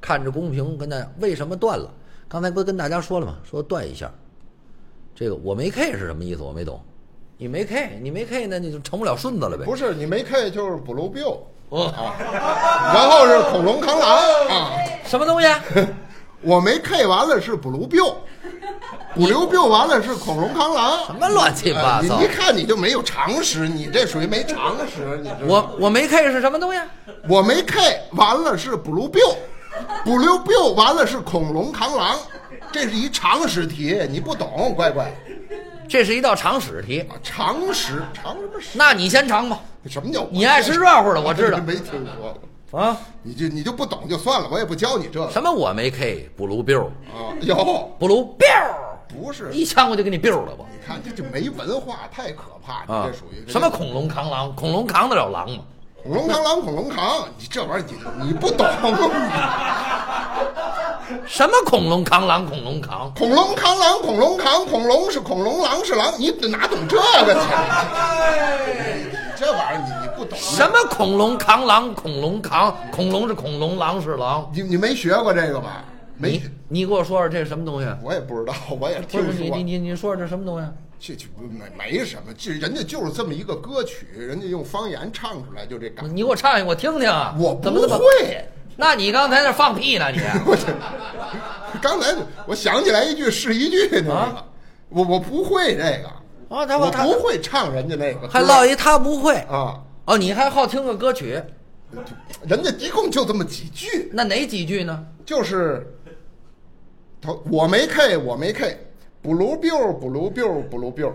看着公屏跟大家为什么断了？刚才不跟大家说了吗？说断一下，这个我没 K 是什么意思？我没懂。你没 K，你没 K 那你就成不了顺子了呗？不是你没 K 就是 Blue Bill，哦啊，然后是恐龙扛狼啊，什么东 西？我没 K 完了是 Blue Bill，Blue Bill 完了是恐龙扛狼，什么乱七八哎糟你一？看你就没有常识，你这属于没常识，你知道吗我我没 K 是什么东西？啊我没 K 完了是 Blue Bill，Blue Bill 完了是恐龙扛狼，这是一常识题，你不懂，乖乖，这是一道常识题。啊常识常什么识？那你先尝吧。什么叫我你爱吃热乎的我知道没听说过。啊，你就你就不懂就算了，我也不教你这个什么我没 K，不如 biu，啊。有不如 biu，不是？一你枪我就给你 biu 了吧？看这就没文化，太可怕！啊你这属于，什么恐龙扛狼？恐龙扛得了狼吗？恐龙扛狼，恐龙扛，你这玩意儿你你不懂。什么恐龙扛狼？恐龙扛？恐龙扛狼，恐龙扛，恐龙是恐龙，狼是狼，你哪懂这 个去？你这玩意儿你你不懂，什么恐龙扛狼？恐龙扛？恐龙是恐龙，狼是狼。你你没学过这个吧？没你学，你给我说说这是什么东西？我也不知道，我也不听是你你说。你你说说这什么东西？这就没没什么，这人家就是这么一个歌曲，人家用方言唱出来就这感觉。你给我唱一个哎我听听啊！我怎不么怎么？会。那你刚才那放屁 呢你？我这 刚才我想起来一句是一句呢、啊我我不会这个啊他我他不会唱人家那个歌，还落一他不会啊，哦，你还好听个歌曲，人家一共就这么几句，那哪几句呢？就是他我没 K 我没 K，不如 biu 不如 biu 不如 biu，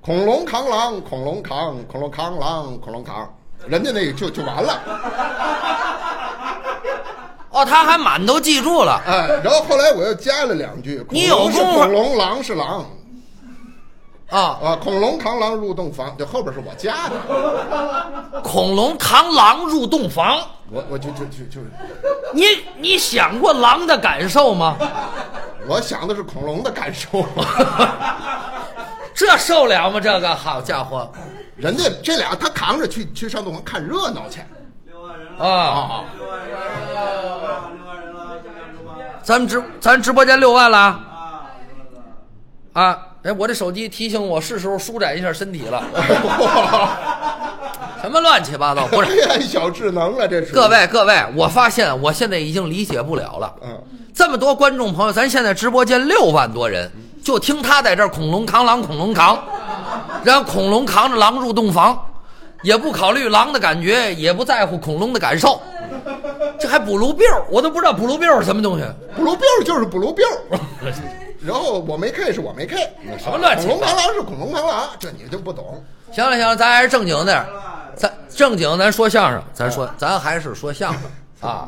恐龙扛狼恐龙扛恐龙扛狼恐龙扛，人家那个就就完了，哦，他还满都记住了。哎，然后后来我又加了两句，恐你有龙是功夫恐龙狼是狼。啊，啊，恐龙扛狼入洞房，这后边是我加的。恐龙扛狼入洞房，我我就就就就，你你想过狼的感受吗？ 我想的是恐龙的感受， 这受了吗？这个好家伙，人家这俩他扛着去去上洞房看热闹去，啊，啊，咱们直咱直播间六万了啊！啊，哎，我这手机提醒我是时候舒展一下身体了。什么乱七八糟？不是，哎呀小智能了，这是各，位各位，我发现我现在已经理解不了了。嗯，这么多观众朋友，咱现在直播间六万多人，就听他在这儿恐龙扛狼，恐龙扛，然后恐龙扛着狼入洞房，也不考虑狼的感觉，也不在乎恐龙的感受，这还补卢病，我都不知道补卢病是什么东西。布鲁 biu 就是布鲁 biu，然 后我没 K 是我没 K，什么乱七八糟恐龙扛狼是恐龙扛狼，这你就不懂，行了行了，咱还是正经点儿，咱正经咱说相声，咱说咱还是说相声啊。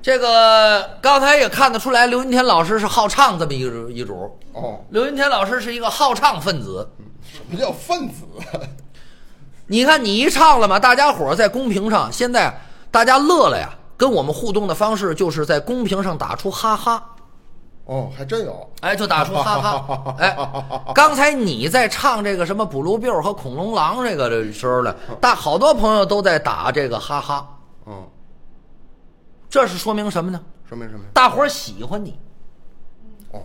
这个刚才也看得出来，刘云天老师是好唱这么一个一主。哦，刘云天老师是一个好唱分子，什么叫分子？你看你一唱了嘛，大家伙儿在公屏上，现在大家乐了呀。跟我们互动的方式就是在公屏上打出哈哈，哦，还真有，哎，就打出哈哈，哎，刚才你在唱这个什么《补卢 biu》和《恐龙狼》这个的时候呢，大好多朋友都在打这个哈哈，嗯，这是说明什么呢？说明什么呀？大伙儿喜欢你。哦，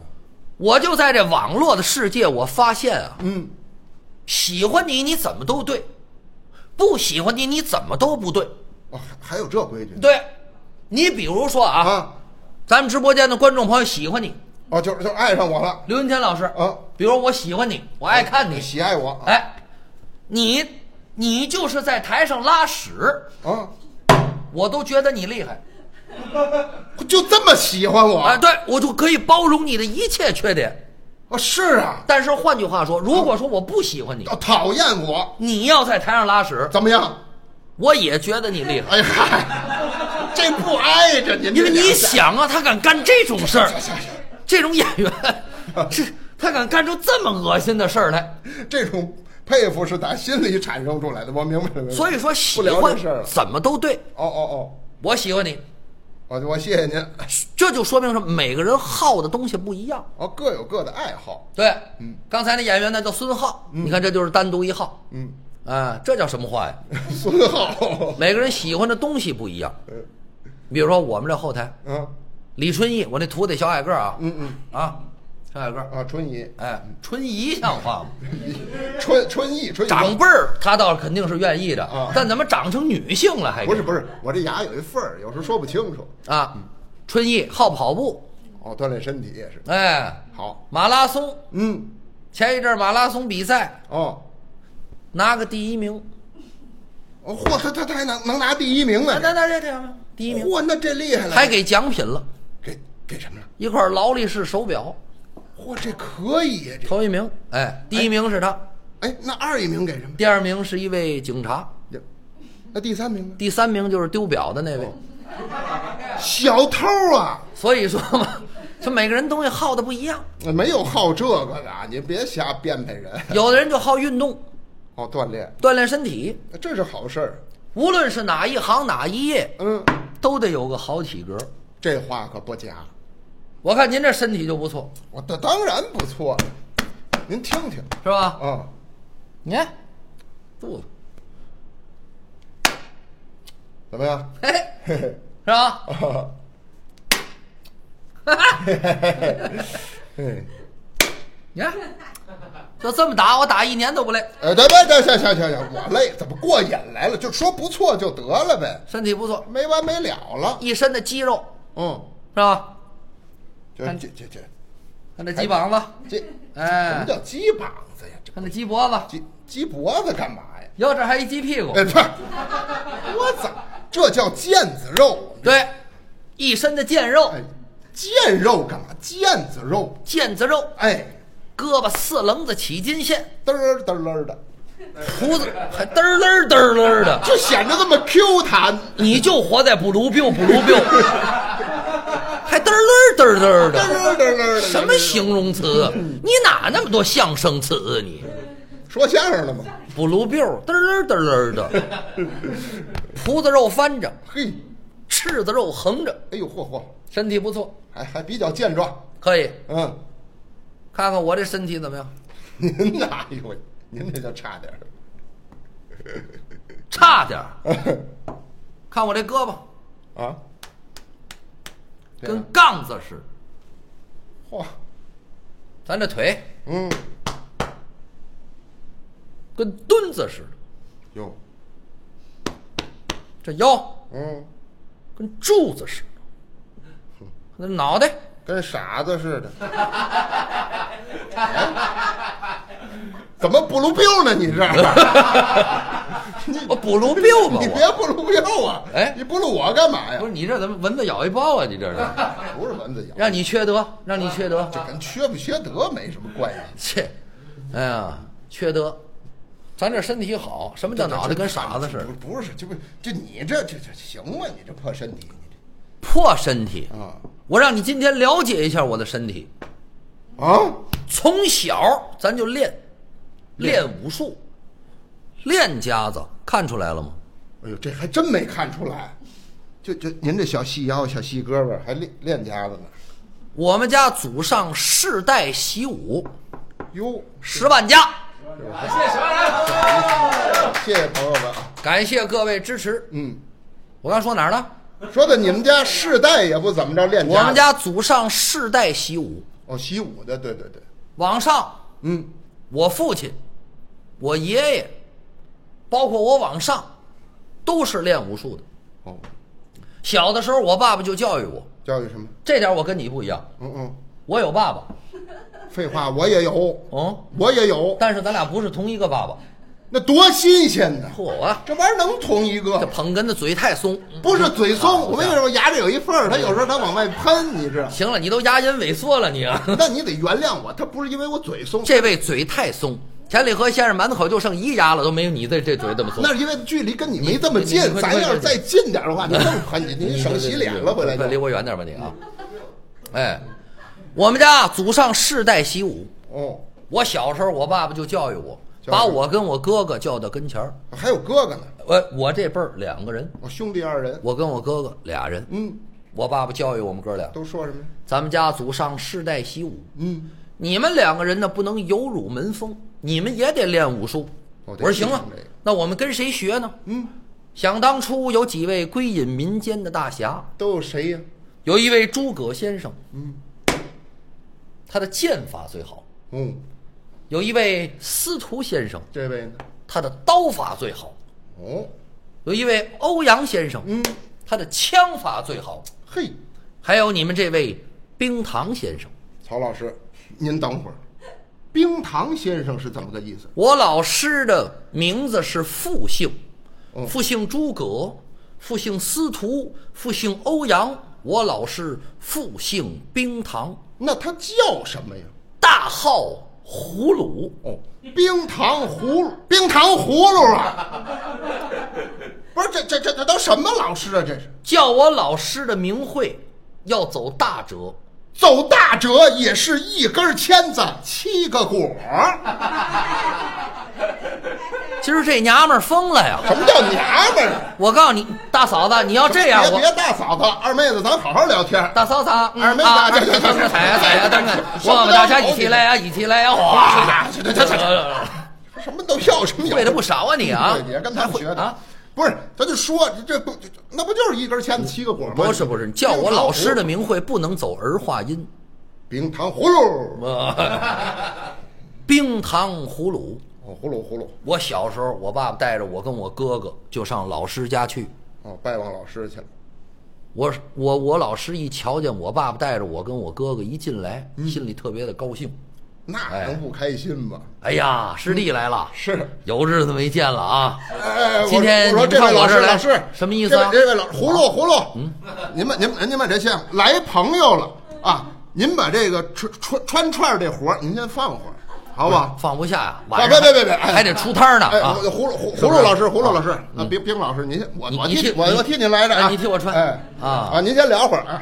我就在这网络的世界，我发现啊，嗯，喜欢你你怎么都对，不喜欢你你怎么都不对。哦，还还有这规矩呢对，你比如说啊，啊？咱们直播间的观众朋友喜欢你，哦，就是就爱上我了，刘云天老师啊比如我喜欢你，我爱看你，喜爱我，哎，你你就是在台上拉屎，啊，我都觉得你厉害就这么喜欢我？啊，对我就可以包容你的一切缺点。啊，是啊，但是换句话说，如果说我不喜欢你，啊讨厌我，你要在台上拉屎，怎么样？我也觉得你厉害，哎呀，嗨，这不挨着您这因为俩，你想啊，他敢干这种事儿，行行行这种演员，这他敢干出这么恶心的事儿来。这种佩服是打心里产生出来的，我明白了。明白了所以说喜不聊欢这事儿了。怎么都对，哦哦我喜欢你，哦，我我谢谢您。这就说明什么？每个人好的东西不一样。哦，各有各的爱好。对，嗯，刚才那演员呢叫孙浩，你看这就是单独一号，嗯，啊，这叫什么话呀？孙浩，每个人喜欢的东西不一样。嗯比如说我们这后台，嗯李春义，我那徒弟小矮个儿啊，嗯嗯啊，小矮个儿，啊，春姨，哎，春姨像话吗？春春姨，春姨长辈儿他倒是肯定是愿意的，啊但怎么长成女性了还不是不是，我这牙有一缝儿，有时候说不清楚。啊？春义好跑步，哦，锻炼身体也是哎，好。马拉松，嗯，前一阵儿马拉松比赛哦，拿个第一名，哦嚯，他他他还能能拿第一名呢那？那那这这样吧，第一名嚯，那这厉害了！还给奖品了，给给什么了？一块劳力士手表，嚯，这可以呀！这头一名，哎，第一名是他，哎，那二一名给什么？第二名是一位警察，这那第三名呢？第三名就是丢表的那位。小偷啊，所以说嘛， 就每个人东西好的不一样，哎没有好这个的，啊你别瞎编排人。有的人就好运动，哦，锻炼，锻炼身体，这是好事儿。无论是哪一行哪一业，嗯，都得有个好体格。这话可不假。我看您这身体就不错，我这当然不错，您听听是吧？啊，你看肚子，怎么样？ 嘿嘿，是吧？嗯，你看，就这么打，我打一年都不累，呃，等等等，行行行行，我累，怎么过瘾来了？就说不错就得了呗，身体不错，没完没了了。一身的肌肉，嗯，是吧？就看这这这看这鸡膀子，这，什么哎，叫鸡膀子呀？这看这鸡脖子，鸡鸡脖子干嘛呀？哟，这还一鸡屁股，哎，不是，我操，这叫腱子肉。对，一身的腱肉哎，，腱肉干嘛？腱子肉。腱子肉，哎，胳膊四棱子起筋线，嘚儿嘚儿嘚儿的，胡子还嘚儿嘚儿嘚儿嘚儿的，就显得这么 Q 弹。你就活在不如病不如病，还嘚儿嘚儿嘚儿嘚儿嘚儿的，嘚儿嘚儿的。什么形容词？你哪那么多相声词啊你？说相声的吗？不如病，嘚儿嘚儿嘚儿的，胡子肉翻着，嘿，翅子肉横着，哎呦嚯嚯，身体不错，还还比较健壮。可以嗯，看看我这身体怎么样？您哪有？您这就差点差点儿，儿看我这胳膊啊。这跟样杠子似的，嚯，咱这腿嗯，跟墩子似的，有，这腰嗯，跟柱子似的，那脑袋跟傻子似的。 怎么不如病呢？你这儿，我补颅病吧你我。别不如病啊！哎你不如我干嘛呀不？是你这怎么蚊子咬一包啊？你这 是不是蚊子咬，让你缺德，让你缺德，啊跟缺不缺德没什么关系。切！哎呀，缺德！咱这身体好，什么叫脑袋跟傻子似的？不不是，就不就你这这这行吗？你这破身体，你破身体这！啊我让你今天了解一下我的身体。啊！从小咱就练，练武术，练家子，看出来了吗？哎呦，这还真没看出来。就就您这小细腰、小细胳膊，还练练家子呢。我们家祖上世代习武，哟，十万家。谢谢朋友们啊。感谢各位支持。嗯，我刚说哪儿了？说的你们家世代也不怎么着练家子。我们家祖上世代习武，哦，习武的，对对对，往上嗯，我父亲、我爷爷，包括我往上，都是练武术的。哦，小的时候，我爸爸就教育我，教育什么？这点我跟你不一样，嗯我有爸爸，嗯，废话，我也有，嗯，我也有，但是咱俩不是同一个爸爸。那多新鲜呢！嚯啊，这玩意儿能同一个这吗？捧哏的嘴太松。不是嗯嘴松，我跟你说，牙这有一缝儿，它有时候它往外喷，你知道？行了，你都牙龈萎缩了，你啊！ 那你得原谅我，它不是因为我嘴松，这位嘴太松，田立和先生满口就剩一牙了，都没有你这这嘴这么松。那是因为距离跟你没这么近你你，你咱要是再近点的话，你更喷你，你省洗脸了回来快离就。我远点吧你啊！哎，我们家祖上世代习武，哦，我小时候我爸爸就教育我，教育把我跟我哥哥叫到跟前儿。还有哥哥呢，我我这辈儿两个人，我兄弟二人，我跟我哥哥俩人。嗯，我爸爸教育我们哥俩，都说什么呀？咱们家祖上世代习武，嗯，你们两个人呢不能有辱门风，你们也得练武术。哦我得说行啊提倡这个，那我们跟谁学呢？嗯，想当初有几位归隐民间的大侠，都有谁呀、有一位诸葛先生，嗯他的剑法最好；嗯，有一位司徒先生，这位呢？他的刀法最好；哦，有一位欧阳先生，嗯，他的枪法最好；嘿，还有你们这位冰糖先生，曹老师，您等会儿，冰糖先生是怎么个意思？我老师的名字是复姓，嗯复姓诸葛，复姓司徒，复姓欧阳。我老师复姓冰糖，那他叫什么呀？大号葫芦。哦，冰糖葫芦，冰糖葫芦啊！不是，这这这这都什么老师啊？这是叫我老师的名讳要走大折，走大折也是一根签子七个果儿。今儿这娘们儿疯了呀！什么叫娘们儿？啊我告诉你，大嫂子，你要这样，别我别大嫂子了，二妹子，咱好好聊天。大嫂子，二妹子啊，这等这这等，踩呀踩呀，等等，什么我们都大家有一起来呀，一起来呀，哇哗！这这这这这什么都要什么要，会的不少啊你啊对，也跟他们学的啊。不是，咱就说这这不，这那不就是一根签子七个果吗？不是不是，叫我老师的名讳不能走儿化音，冰糖葫芦，哦冰糖葫芦。哦，葫芦葫芦，我小时候，我爸爸带着我跟我哥哥就上老师家去。哦，拜望老师去了。我我我老师一瞧见我爸爸带着我跟我哥哥一进来，心里特别的高兴。那能不开心吗？哎呀，师弟来了，是，有日子没见了啊！哎，我哎今天我说你这位看我老这儿师，来老师什么意思啊这位这位老葫芦葫芦，嗯，您把您您把这些来朋友了啊，您把这个穿穿穿串儿这活儿您先放会儿，好不好？放不下呀，啊晚别上别别别，哎还得出摊儿呢哎，啊！我葫芦葫是不葫芦是老师，葫芦啊老师，啊，冰冰老师，您先我你我你替替我你我替您来着哎啊，你替我穿哎啊啊，您先聊会儿啊，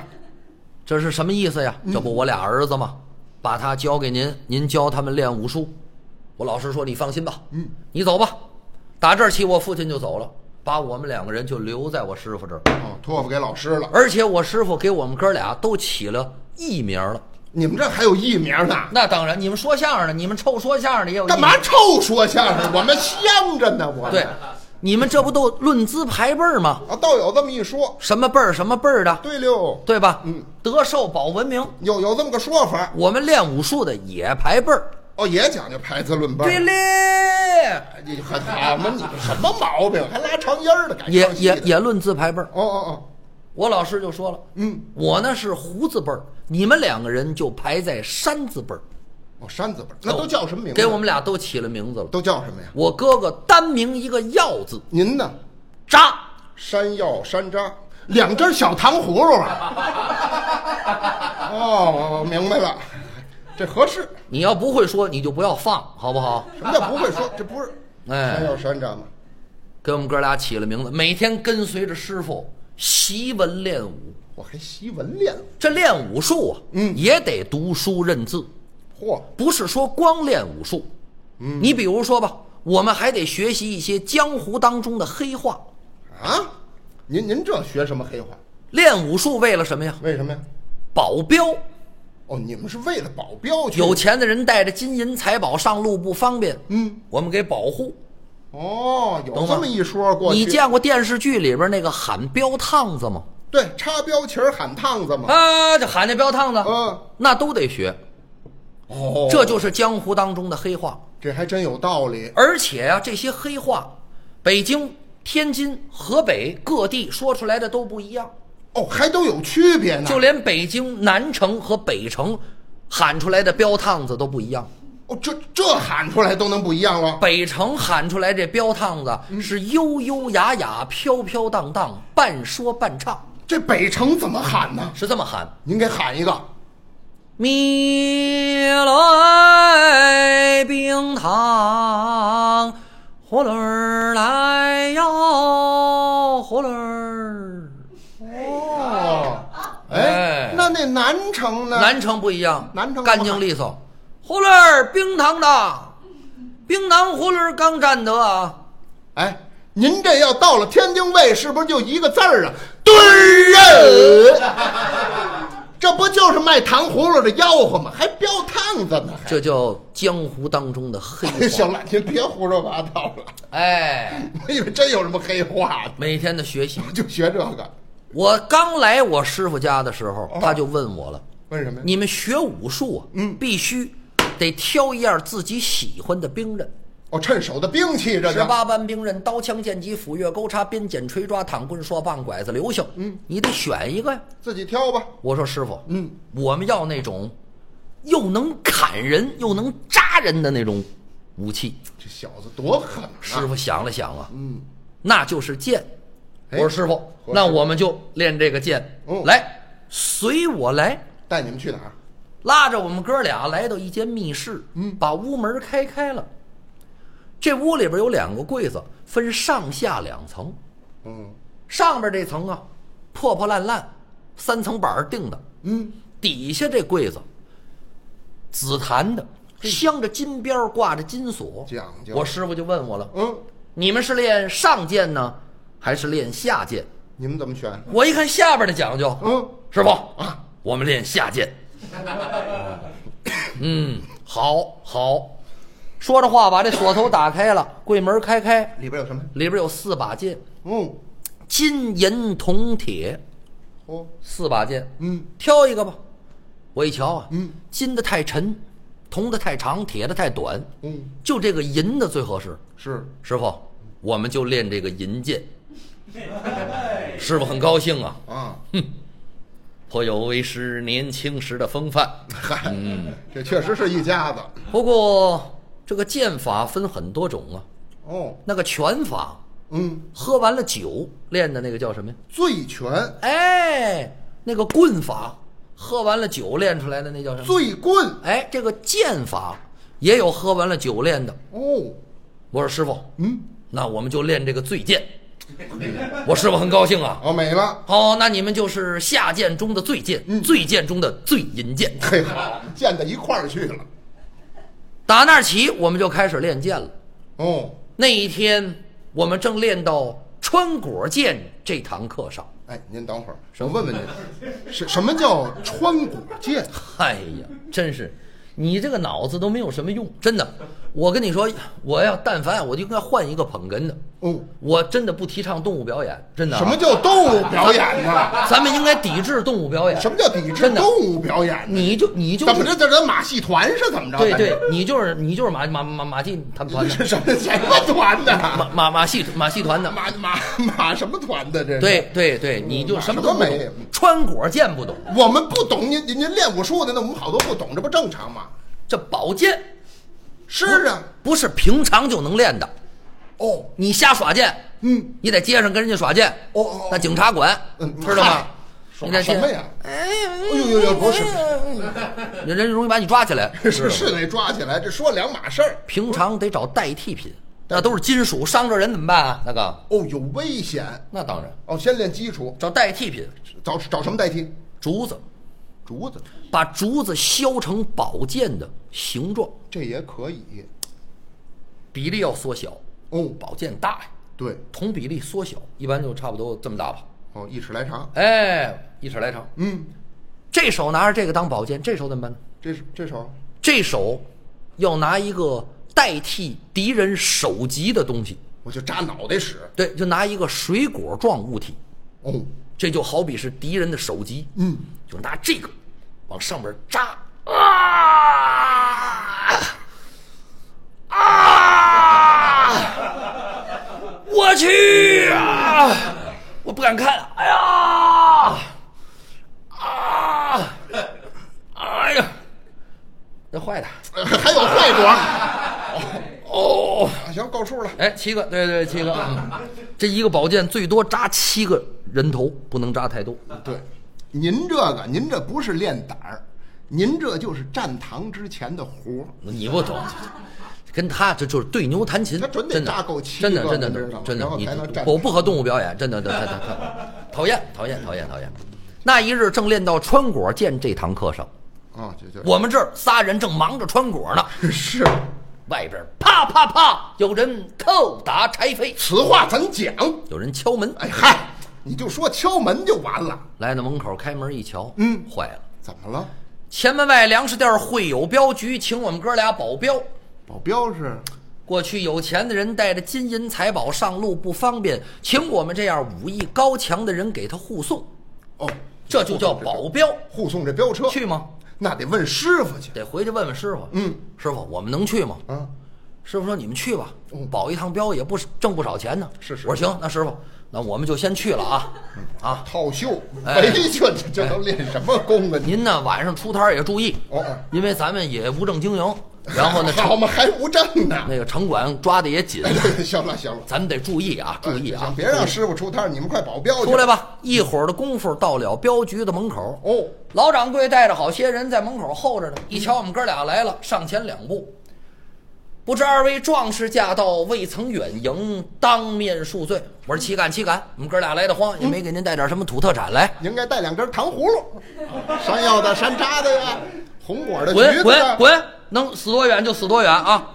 这是什么意思呀？这嗯不我俩儿子吗？把他交给您，您教他们练武术。我老师说你放心吧，嗯，你走吧。打这儿起，我父亲就走了，把我们两个人就留在我师傅这儿，哦，托付给老师了，而且我师傅给我们哥俩都起了艺名了。你们这还有艺名呢。那当然，你们说相声的，你们臭说相声的也有艺干名嘛臭说相声？我们香着呢，我们对，你们这不都论资排辈儿吗？啊，倒有这么一说，什么辈儿什么辈儿的，对溜，对吧？嗯，德寿保文明，有有这么个说法我们练武术的也排辈儿。哦，也讲究排字论辈对儿。哎嘞，你还好吗？你什么毛病？还拉长音儿的，改也唱戏也的也论资排辈儿。哦哦哦，我老师就说了，嗯，我呢是胡字辈儿，你们两个人就排在山字辈儿。哦，山字辈儿，那都叫什么名字？给我们俩都起了名字了。都叫什么呀？我哥哥单名一个耀字，您呢？扎。山药、山楂，两根小糖葫芦啊。哦，我明白了，这合适。你要不会说，你就不要放，好不好？什么叫不会说？这不是哎山药山楂吗？给我们哥俩起了名字，每天跟随着师傅习文练武。我还习文练武，这练武术啊，嗯也得读书认字，嚯，不是说光练武术。嗯，你比如说吧，我们还得学习一些江湖当中的黑话。啊，您您这学什么黑话？练武术为了什么呀？为什么呀？保镖。哦，你们是为了保镖去？有钱的人带着金银财宝上路不方便，嗯，我们给保护。哦，有懂吗这么一说过去。你见过电视剧里边那个喊镖趟子吗？对插标旗儿喊趟子嘛？啊，就喊那镖趟子，嗯，那都得学。哦这就是江湖当中的黑话。这还真有道理。而且呀、这些黑话，北京、天津、河北各地说出来的都不一样，哦，还都有区别呢。就连北京南城和北城喊出来的镖趟子都不一样。哦，这这喊出来都能不一样了。北城喊出来这镖趟嗯子是悠悠雅雅、飘飘荡荡，半说半唱，这北城怎么喊呢？是这么喊。您给喊一个。米来冰糖，葫芦儿来呀，葫芦儿。哦，哎哎，那那南城呢？南城不一样，南城干净利索。葫芦儿冰糖的，冰糖葫芦儿刚占得啊！哎，您这要到了 天津卫，是不是就一个字儿啊？对人。这这不就是卖糖葫芦的吆喝吗？还标趟子 呢？这叫江湖当中的黑 还话。行了，您别胡说八道了，哎，我以为真有什么黑话呢， 每天的学习。就学这个。我刚来我师傅家的时候，哦他就问我了为什么：“呀？你们学武术啊，嗯，必须得挑一样自己喜欢的兵刃。”哦，趁手的兵器这十叫八般兵刃：刀枪剑戟斧钺钩叉鞭锏锤抓躺棍槊棒拐子流星。嗯，你得选一个呀。自己挑吧。我说师傅，嗯，我们要那种又能砍人又能扎人的那种武器。这小子多狠啊！师傅想了想啊，嗯，那就是剑。我哎说师傅，我那是我们就练这个剑。哦来，随我来。带你们去哪儿？拉着我们哥俩来到一间密室，嗯，把屋门开开了。这屋里边有两个柜子，分上下两层。嗯上边这层啊，破破烂烂，三层板儿钉的；嗯，底下这柜子，紫檀的，镶着金边儿，挂着金锁。讲究我师傅就问我了嗯，：“你们是练上剑呢，还是练下剑你们怎么选？？”我一看下边的讲究，嗯，师傅啊，我们练下剑。嗯，好好。说着话，把这锁头打开了，柜门开开，里边有什么？里边有四把剑，嗯，金银铜铁哦，四把剑，嗯，挑一个吧。我一瞧啊，嗯，金的太沉，铜的太长，铁的太短，嗯，就这个银的最合适。是师傅，我们就练这个银剑。师傅很高兴啊，啊，颇有为师年轻时的风范。嗨，这确实是一家子。不过这个剑法分很多种啊，哦，那个拳法，嗯，喝完了酒练的那个叫什么呀？醉拳、哎，那个棍法，喝完了酒练出来的那叫什么？醉棍。哎，这个剑法也有喝完了酒练的。哦，我说师傅，嗯，那我们就练这个醉剑。我师傅很高兴啊。哦，没了。哦，那你们就是下剑中的醉剑，醉剑中的醉银剑。嘿，好，见到一块儿去了。打那儿起，我们就开始练剑了。哦，那一天，我们正练到穿果剑这堂课上。哎，您等会儿，我问问您，什什么叫穿骨剑？哎呀，真是，你这个脑子都没有什么用，真的。我跟你说，我要但凡我就应该换一个捧哏的。哦，我真的不提倡动物表演，真的啊、什么叫动物表演呢？咱们应该抵制动物表演。什么叫抵制真的动物表演呢？你就你就怎么是着？这跟马戏团是怎么着？对对，，你就是你就是马马马马戏团团这的 什么什么团的？马马马戏马戏团的。马马马什么团的？这是对对对，你就马什么都不什么没懂，穿果剑不懂，我们不懂，您您您练武术的，那我们好多不懂，这不正常吗？这宝剑是啊，不是平常就能练的。哦，你瞎耍剑，嗯，你在街上跟人家耍剑，哦哦哦那警察管，嗯 知道吗嗨？你耍在街什么呀？哎哎呦呦呦，不是， 人人容易把你抓起来。 是是得抓起来，这说两码事儿。平常得找代替品，那都是金属，伤着人怎么办啊？那个，哦，有危险。那当然哦，先练基础，找代替品，找找什么代替？竹子，竹子，把竹子削成宝剑的形状，这也可以。比例要缩小。哦，宝剑大呀，对，同比例缩小，一般就差不多这么大吧。哦，一尺来长。哎，一尺来长。嗯，这手拿着这个当宝剑，这手怎么办呢？这是这手，这手要拿一个代替敌人首级的东西，我就扎脑袋使。对，就拿一个水果状物体，哦， 这就好比是敌人的首级，嗯，就拿这个往上面扎啊啊！我去啊！我不敢看，哎呀啊！哎呀，那坏的呃还有坏果。哦。啊行，够数了。哎，七个，对对，七个。嗯，这一个宝剑最多扎七个人头，不能扎太多。对，您这个，您这不是练胆儿，您这就是站堂之前的活儿。你不懂，跟他这就是对牛弹琴，他准得真的扎够七个真的真的你知道吗真的然，后你才能站我不和动物表演，真的，真的真的讨厌讨厌讨厌讨厌。那一日正练到穿果剑这堂课上，啊，就就我们这儿仨人正忙着穿果呢，是外边啪啪啪有人叩打柴扉，此话怎讲？有人哎敲门。哎嗨，你就说敲门就完了。嗯来到门口开门一瞧，坏了，怎么了？前门外粮食店会友镖局请我们哥俩保镖。保镖是过去有钱的人带着金银财宝上路不方便，请我们这样武艺高强的人给他护送，哦，这就叫保镖。护送这镖车去吗？那得问师傅去。得回去问问师傅。嗯，师傅，我们能去吗？啊，师傅说：“你们去吧，嗯保一趟镖也不挣不少钱呢。”是是嗯我说：“行，那师傅，那我们就先去了啊。”啊，套袖，哎围裙，这这都练什么功啊？你您呢晚上出摊儿也注意，哦哦，因为咱们也无证经 营，然后呢，好嘛，还无证呢。那个城管抓的也紧， 行了行了，咱们得注意啊，注意啊行，别让师傅出摊儿，你们快保镖去出来吧！一会儿的功夫到了镖局的门口，哦，老掌柜带着好些人在门口候着呢。一瞧我们哥俩来了，上前两步，不知二位壮士驾到，未曾远迎，当面恕罪。我说岂敢岂敢，我们哥俩来的慌，也没给您带点什么土特产来。应该带两根糖葫芦，山药的、山楂的呀，红果的、橘滚子的滚。滚，能死多远就死多远啊！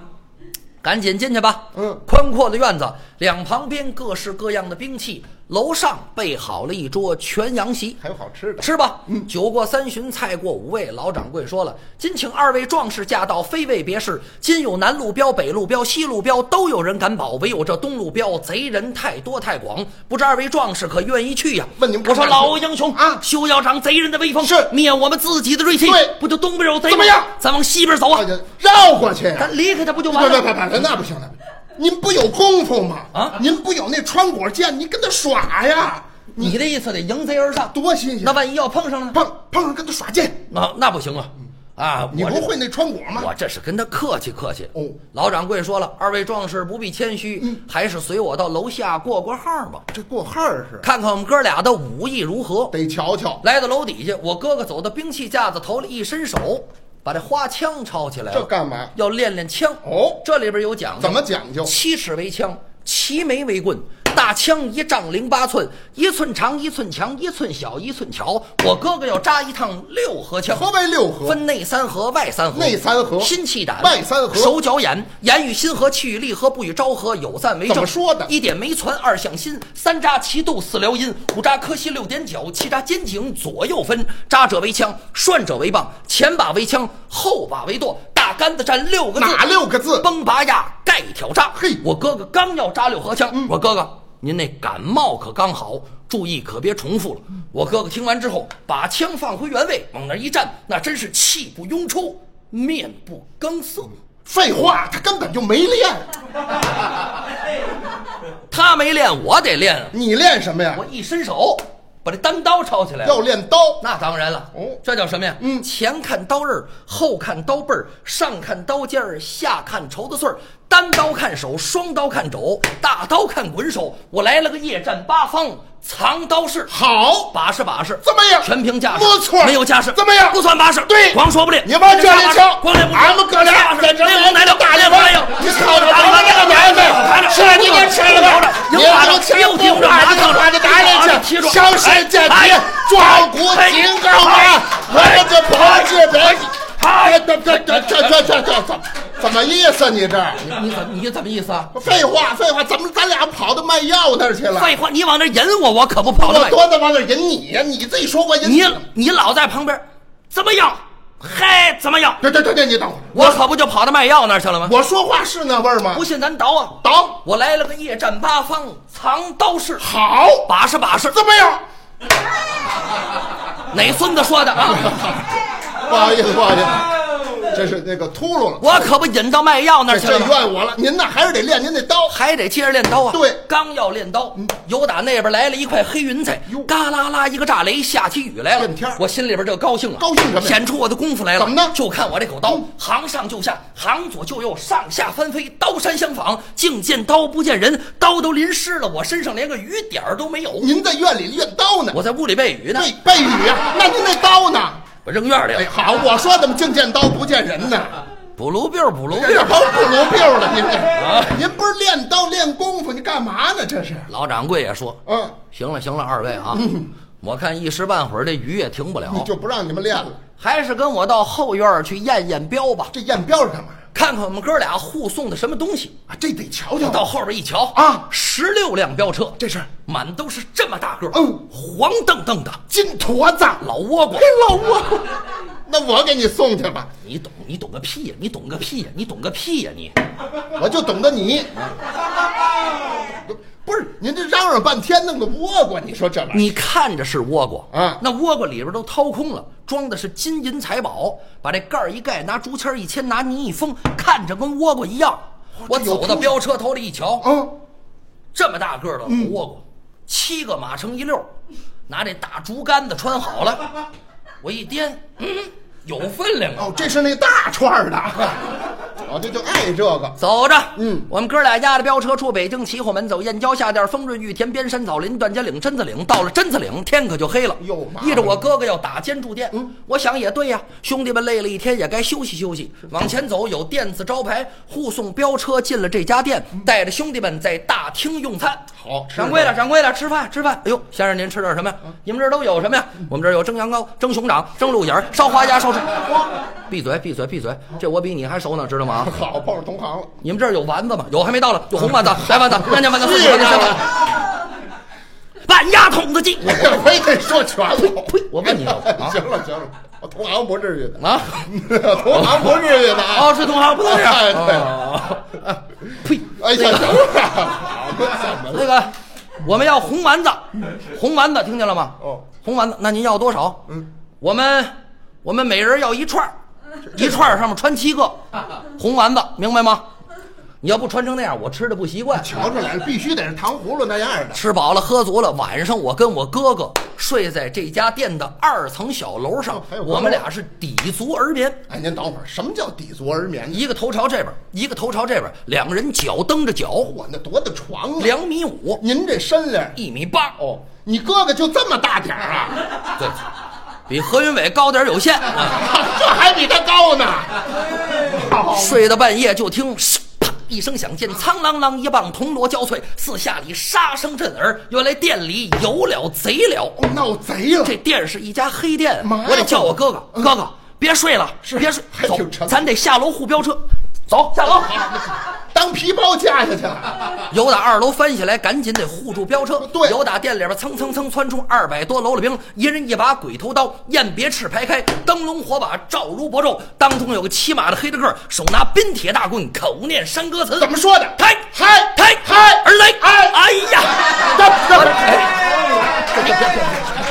赶紧进去吧。嗯宽阔的院子，两旁边各式各样的兵器，楼上备好了一桌全羊席。还有好吃的。吃吧，嗯酒过三巡，菜过五味。老掌柜说了，今请二位壮士驾到，非为别事。今有南路标、北路标、西路标，都有人敢保，唯有这东路标贼人太多太广。不知二位壮士可愿意去呀？问你们我说敢不敢老英雄啊休要长贼人的威风，是灭我们自己的锐气。对不就东边有贼怎么样咱往西边走啊那！就哎绕过去。咱离开他不就不完不了？不不，那不行的，您不有功夫吗？啊您不有那穿果剑，你跟他耍呀，你的意思得迎贼而上，多新鲜！嗯那万一要碰上了呢？碰碰上跟他耍剑，那那不行啊！啊，你我这不会那穿果吗？我这是跟他客气客气。哦嗯老掌柜说了，二位壮士不必谦虚，还是随我到楼下过过号吧，这过号儿是看看我们哥俩的武艺如何。得瞧瞧，来到楼底下，我哥哥走到兵器架子头里一伸手，把这花枪抄起来这了，干嘛？要练练枪。哦这里边有讲究，怎么讲究？七尺为枪，齐眉为棍，大枪一丈零八寸，一寸长一寸强，一寸小一寸巧。我哥哥要扎一趟六合枪，何为六合？分内三合、外三合。内三合心气胆；外三合手脚眼。言语心合，气与力合，不与昭合，有赞为证。怎么说的一点眉攒，二向心，三扎齐肚，四撩阴，五扎磕膝，六点脚，七扎肩颈，左右分。扎者为枪，涮者为棒，前把为枪，后把为舵。大杆子占六个字，哪六个字？崩拔牙盖挑扎。嘿我哥哥刚要扎六合枪，我哥哥，您那感冒可刚好，注意可别重复了。我哥哥听完之后，把枪放回原位，往那儿一站，那真是气不拥出，面不更色。废话，他根本就没练，他没练，我得练啊！你练什么呀我？一伸手，把这单刀抄起来了。要练刀，那当然了，哦这叫什么呀？嗯前看刀刃儿，后看刀背儿，上看刀尖儿，下看绸子穗儿，单刀看手，双刀看肘，大刀看滚手。我来了个夜战八方，藏刀式，好把式把式，怎么样全凭架势，不错没有架势怎么样不哎算把式，对光说不练。你往这里瞧光练不俺们哥俩在这里内蒙来了，大内蒙地方来了，你瞅瞅咱们这个娘们儿吃了你也吃了吧赢你了要是又听着不管上就把这打脸去哎踢住，消失见底哎哎哎壮骨金刚啊我这不是别哎这这这这这这这怎怎么意思？你这你怎么你怎么意思啊？废话废话，怎么咱俩跑到卖药那儿去了？废话，你往那儿引我，我可不跑了我。多的往那儿引你呀！你自己说我引你你老在旁边，怎么样？嗨，怎么样？对对对对，你等会儿，我可不就跑到卖药那儿去了吗？我说话是那味儿吗不？信咱倒啊！倒我来了个夜战八方，藏刀式，好，把式把式，怎么样？哪孙子说的啊？ 不好意思，不好意思，这是那个秃噜了，我可不引到卖药那儿去这了吗？怨我了。您呐，还是得练您那刀。还得接着练刀啊！对嗯刚要练刀，由打那边来了一块黑云彩哟，嘎啦啦一个炸雷，下起雨来了震天儿。我心里边这个高兴啊，高兴什么呀显出我的功夫来了。怎么呢嗯就看我这口刀，行上就下，行左就右，上下翻飞，刀山相仿，竟见刀不见人，刀都淋湿了，我身上连个雨点儿都没有。您在院里练刀呢？我在屋里背雨呢，背背雨啊？那您那刀呢？我扔院里哎，了。好，我说怎么净见刀不见人呢？补炉病，补炉这病。都不如病了，您这，您不是练刀练功夫，你干嘛呢？这是，老掌柜也说嗯，：“行了，行了，二位啊，我看一时半会儿这雨也停不了。”就不让你们练了。还是跟我到后院儿去验验镖吧。这验镖是干嘛？看看我们哥俩互送的什么东西。啊，这得瞧我瞧到后边一瞧啊十六辆飙车，这是满都是这么大个儿，哦黄澄澄的金坨子，老倭瓜嘿。老我，那我给你送去吧，你懂，你懂个屁呀！你懂个屁呀！你懂个屁呀！你我就懂得你。不是您这嚷嚷半天，弄个倭瓜，你说这玩意儿你看着是倭瓜啊那倭瓜里边都掏空了，装的是金银财宝，把这盖儿一盖，拿竹签儿一牵，拿泥一封，看着跟倭瓜一样。我这走有到出息飙车头里一瞧，啊？这么大个儿的倭瓜，嗯七个码成一溜儿，拿这大竹竿子穿好了，我一掂，嗯，有分量啊！哦，这是那大串儿的，我这就爱这个。走着，嗯我们哥俩押着飙车出北京齐火门，走燕郊下店，风润玉田边山草林段家岭榛子岭。到了榛子岭，天可就黑了。哟麻烦依着我哥哥要打尖住店，嗯我想也对呀，兄弟们累了一天也该休息休息。嗯往前走，有电子招牌护送飙车进了这家店，带着兄弟们在大厅用餐。嗯好吃掌柜的，掌柜的，吃饭，吃饭。哎呦，先生您吃点什么呀？你们这儿都有什么呀？我们这儿有蒸羊羔、蒸熊掌、蒸鹿眼儿、烧花鸭、烧翅。闭嘴，闭嘴，闭嘴！这我比你还熟呢，知道吗？好，碰上同行了。你们这儿有丸子吗？有，还没到了，有红 丸子、白丸子、干酱丸子、四喜丸子、是啊三丸子。万家筒子鸡，我这非得说全了。呸我问你呢啊行了行了，我同行不至于的啊同行不至于的啊。 哦，是同行，不能这样。哎对哦呸！哎呀，等会儿，我 怎么了？那个，我们要红丸子，红丸子，听见了吗？哦，红丸子，那您要多少？嗯，我们我们每人要一串儿，一串儿上面穿七个红丸子，明白吗？你要不穿成那样，我吃的不习 惯。瞧着来了，必须得是糖葫芦那样的。吃饱了喝足了，晚上我跟我哥哥睡在这家店的二层小楼上哦还有，阁楼我们俩是抵足而眠，哎，您等会儿，什么叫抵足而眠？一个头朝这边，一个头朝这边，两个人脚蹬着脚，我那多大床啊！两米五，您这身量，一米八，哦，你哥哥就这么大点儿啊？对，比何云伟高点儿有限。啊这 还比他高呢。哎好睡到半夜就听唰啪一声响，见苍啷啷一棒铜锣交脆，四下里杀声震耳。原来店里有了贼了，哦闹贼了。这店是一家黑店麻，烦我得叫我哥哥，哥哥别睡了，别睡，嗯还走挺，沉咱得下楼互飙车，走下楼。当皮包架下去，由打二楼翻下来，赶紧得护住飙车。对由打店里边蹭蹭蹭窜出二百多喽啰兵，一人一把鬼头刀，雁别翅排开，灯笼火把照如薄昼。当中有个骑马的黑大个儿，手拿冰铁大棍，口念山歌词。怎么说的？抬嗨抬嗨儿来哎哎呀！这这哎，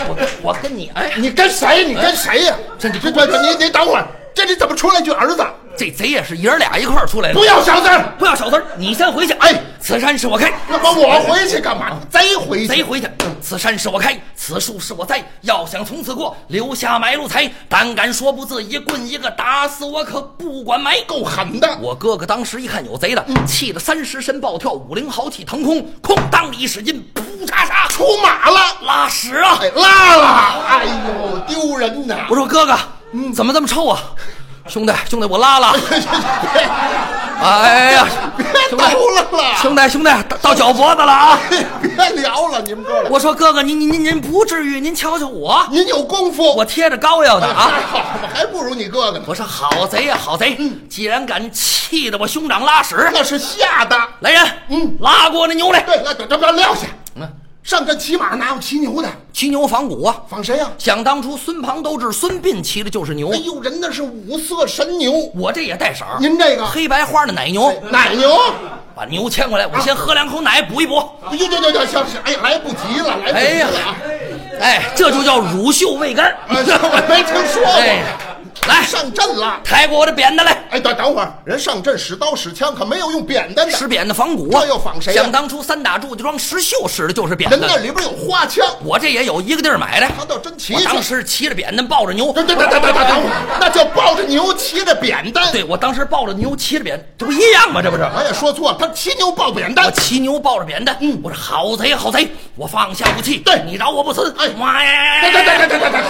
我跟我跟你哎，你跟谁？你跟谁呀、这这这，你你等会儿，这里怎么出来句儿子？这贼也是爷儿俩一块儿出来的不。要小子儿！不要小子儿，你先回去。哎此山是我开，那么我回去干嘛？贼回去！贼回去。嗯此山是我开，此树是我栽。要想从此过，留下买路财。胆敢说不字，一棍一个打死我可不管埋。够狠的！我哥哥当时一看有贼了，气得三十身暴跳，五灵豪气腾空，空当一使劲，噗嚓嚓，出马了！拉屎啊！哎，拉了！哎呦，丢人呐！我说哥哥，怎么这么臭啊？兄弟，兄弟，我拉 了。 哎呀，兄弟抖了啦兄弟，兄弟，到到脚脖子了啊！ 哎别聊了，你们哥 俩，我说哥哥，您您您您不至于，您瞧瞧我，您有功夫我贴着膏药呢啊啊！， 还不如你哥哥呢。我说好贼呀、好贼！嗯既然敢气得我兄长拉屎，那是吓的。来人，嗯，拉过那牛来，对，那等这边撂下。上阵骑马哪有骑牛的？骑牛仿古啊！仿谁呀、想当初孙庞都治孙膑骑的就是牛哎，呦，人那是五色神牛，我这也带色儿，您哎这个黑白花的奶牛，奶牛。把牛牵过来，我先啊喝两口奶补一补。哎呦呦呦呦，行行，哎呀，来不及了，来不哎及呀了啊！，哎，这就叫乳臭未干。哎呀我没听说过哎，来，上阵了。 抬过我的扁担来。哎，等等会儿，人上阵使刀使枪，可没有用扁担的使。扁担仿古啊，这又仿谁呀想当初三打祝家庄石秀使的就是扁人担，那里边有花枪，我这也有一个地儿买的。他倒真骑我去当。时骑着扁担抱着牛，等等等等等等等会儿，那叫抱着牛骑着扁担。对我当时抱着牛骑着扁，这不一样吗？这不是？我也说错了，他骑牛抱扁我担。骑牛抱着扁担，我说好贼好贼，我放下武器，嗯对你饶我不死！哎妈等等等呀！等等等等，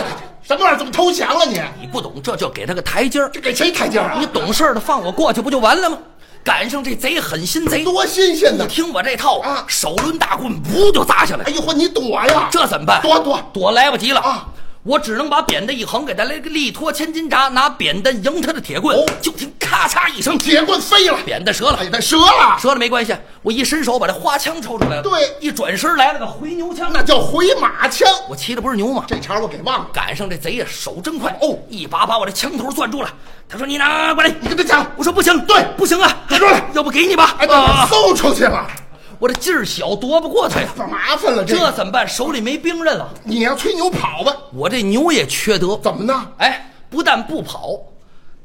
什么玩意儿？怎么投降了你？你不懂，这就给他个台阶儿。这给谁台阶啊你？懂事儿的放我过去不就完了吗？赶上这贼狠心贼，哎多新鲜不呐！听我这套啊手抡大棍，噗就砸下来哎。呦嚯，你躲呀？这怎么办？躲躲躲来不及了啊！我只能把扁担一横，给他来个力托千斤闸，拿扁担迎他的铁棍。哦就听咔嚓一声，铁棍飞了，扁担折了哎，，它折了，折了没关系。我一伸手把这花枪抽出来了，对一转身来了个回牛枪，那那叫回马枪。我骑的不是牛吗？这茬儿我给忘了，赶上这贼呀，手真快哦，一把把我这枪头攥住了。他说：“你拿过来，你跟他讲。”我说：“不行，对，不行啊，站住了要不给你吧。哎，那我啊，搜出去了，我这劲儿小，夺不过他呀，可麻烦了。这这个怎么办？手里没兵刃了，你要吹牛跑吧？我这牛也缺德。怎么呢？哎，不但不跑，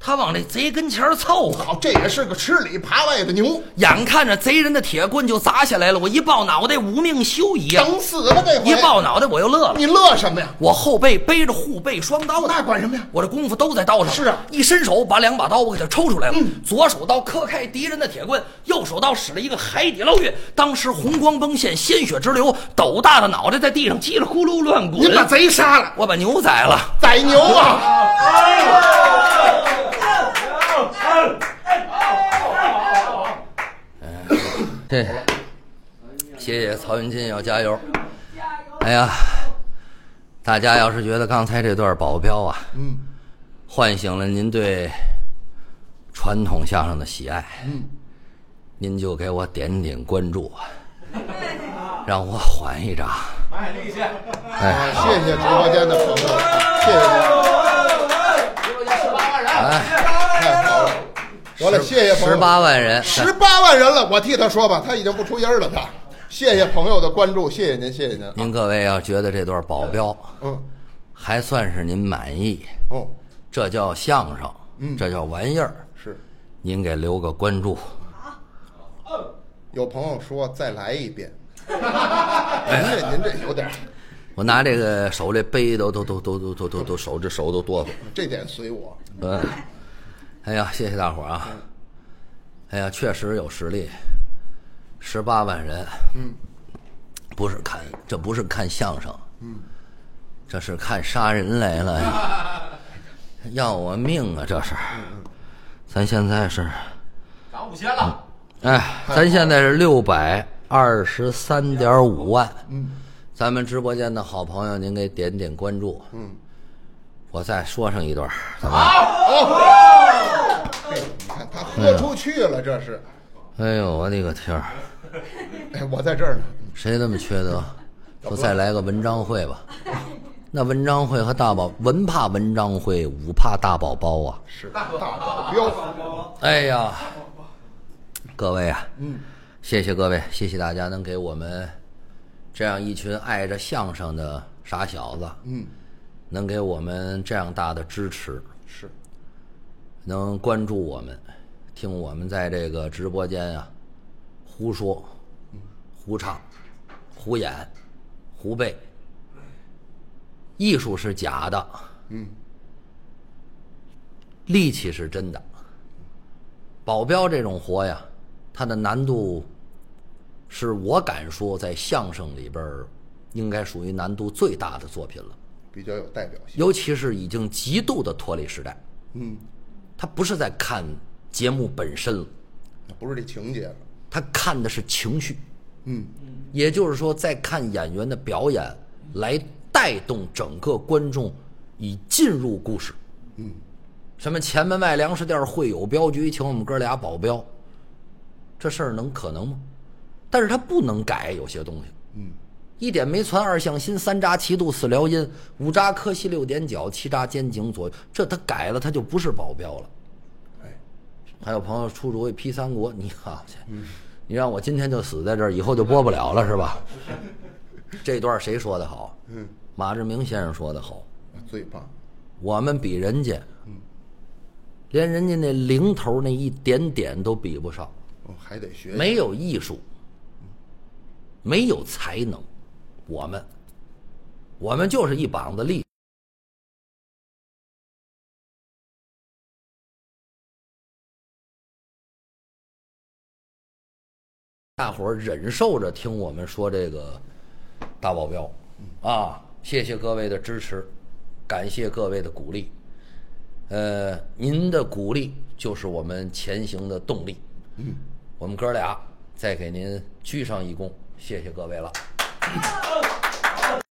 他往这贼跟前儿凑合。好，这也是个吃里扒外的牛，眼看着贼人的铁棍就砸下来了，我一抱脑袋，无命休矣呀！等死吧这回。一抱脑袋，我又乐了。你乐什么呀？我后背背着护背双刀呢，那管什么呀？我这功夫都在刀上。是啊嗯一伸手把两把刀我给他抽出来了，左手刀磕开敌人的铁棍，右手刀使了一个海底捞月，当时红光崩现，鲜血直流，斗大的脑袋在地上叽里咕噜乱滚。你把贼杀了，我把牛宰了。宰牛啊！对，谢谢曹云金，要加油！哎呀，大家要是觉得刚才这段保镖啊，嗯，唤醒了您对传统相声的喜爱，嗯，您就给我点点关注 啊，让我缓一掌。哎，谢谢直播间的朋友，谢谢你，哎，太好了，得了，谢谢朋友。十八万人，十八万人了，我替他说吧，他已经不出音儿了。他，谢谢朋友的关注，谢谢您，谢谢您。您各位要觉得这段保镖嗯，还算是您满意，哦，这叫相声，嗯，这叫玩意儿，是，您给留个关注。有朋友说再来一 遍，您这您这有点儿，我拿这个手这杯都都都都都都都都手这手都哆嗦。这点随我。嗯，哎呀，谢谢大伙儿啊！哎呀，确实有实力，十八万人，嗯，不是看这不是看相声，嗯，这是看杀人来了呀，要我命啊！这是，咱现在是涨五千了，哎，咱现在是六百二十三点五万。嗯，咱们直播间的好朋友，您给点点关注。嗯，我再说上一段儿，怎么样？嘿你看哎他豁出去了，这是。哎呦，我的个天儿，哎，我在这儿呢。谁那么缺德？说再来个文章会吧。那文章会和大宝，文怕文章会，武怕大宝包啊。是大保 镖，哎呀，各位啊，嗯，谢谢各位，谢谢大家能给我们这样一群爱着相声的傻小子，嗯，能给我们这样大的支持，是能关注我们，听我们在这个直播间啊胡说、胡唱、胡演、胡背。艺术是假的，嗯，力气是真的。保镖这种活呀，它的难度是我敢说在相声里边儿应该属于难度最大的作品了，比较有代表性。尤其是已经极度的脱离时代。嗯，他不是在看节目本身了，不是这情节了。他看的是情绪，嗯，也就是说，在看演员的表演，来带动整个观众以进入故事。嗯，什么前门外粮食店会友镖局请我们哥俩保镖，这事儿能可能吗？但是他不能改有些东西。嗯，一点梅攒，二向心，三扎齐肚，四撩阴，五扎磕膝，六点脚，七扎肩颈左右，这他改了，他就不是保镖了。哎还有朋友出主意批三国，你好去，你让我今天就死在这儿，以后就播不了了是吧？这段谁说的好？嗯，马志明先生说的好，啊最棒，我们比人家，连人家那零头那一点点都比不上，哦，还得学。没有艺术，没有才能，我们，我们就是一膀子力。大伙儿忍受着听我们说这个大保镖啊，谢谢各位的支持，感谢各位的鼓励，呃，您的鼓励就是我们前行的动力。嗯，我们哥俩再给您鞠上一躬，谢谢各位了。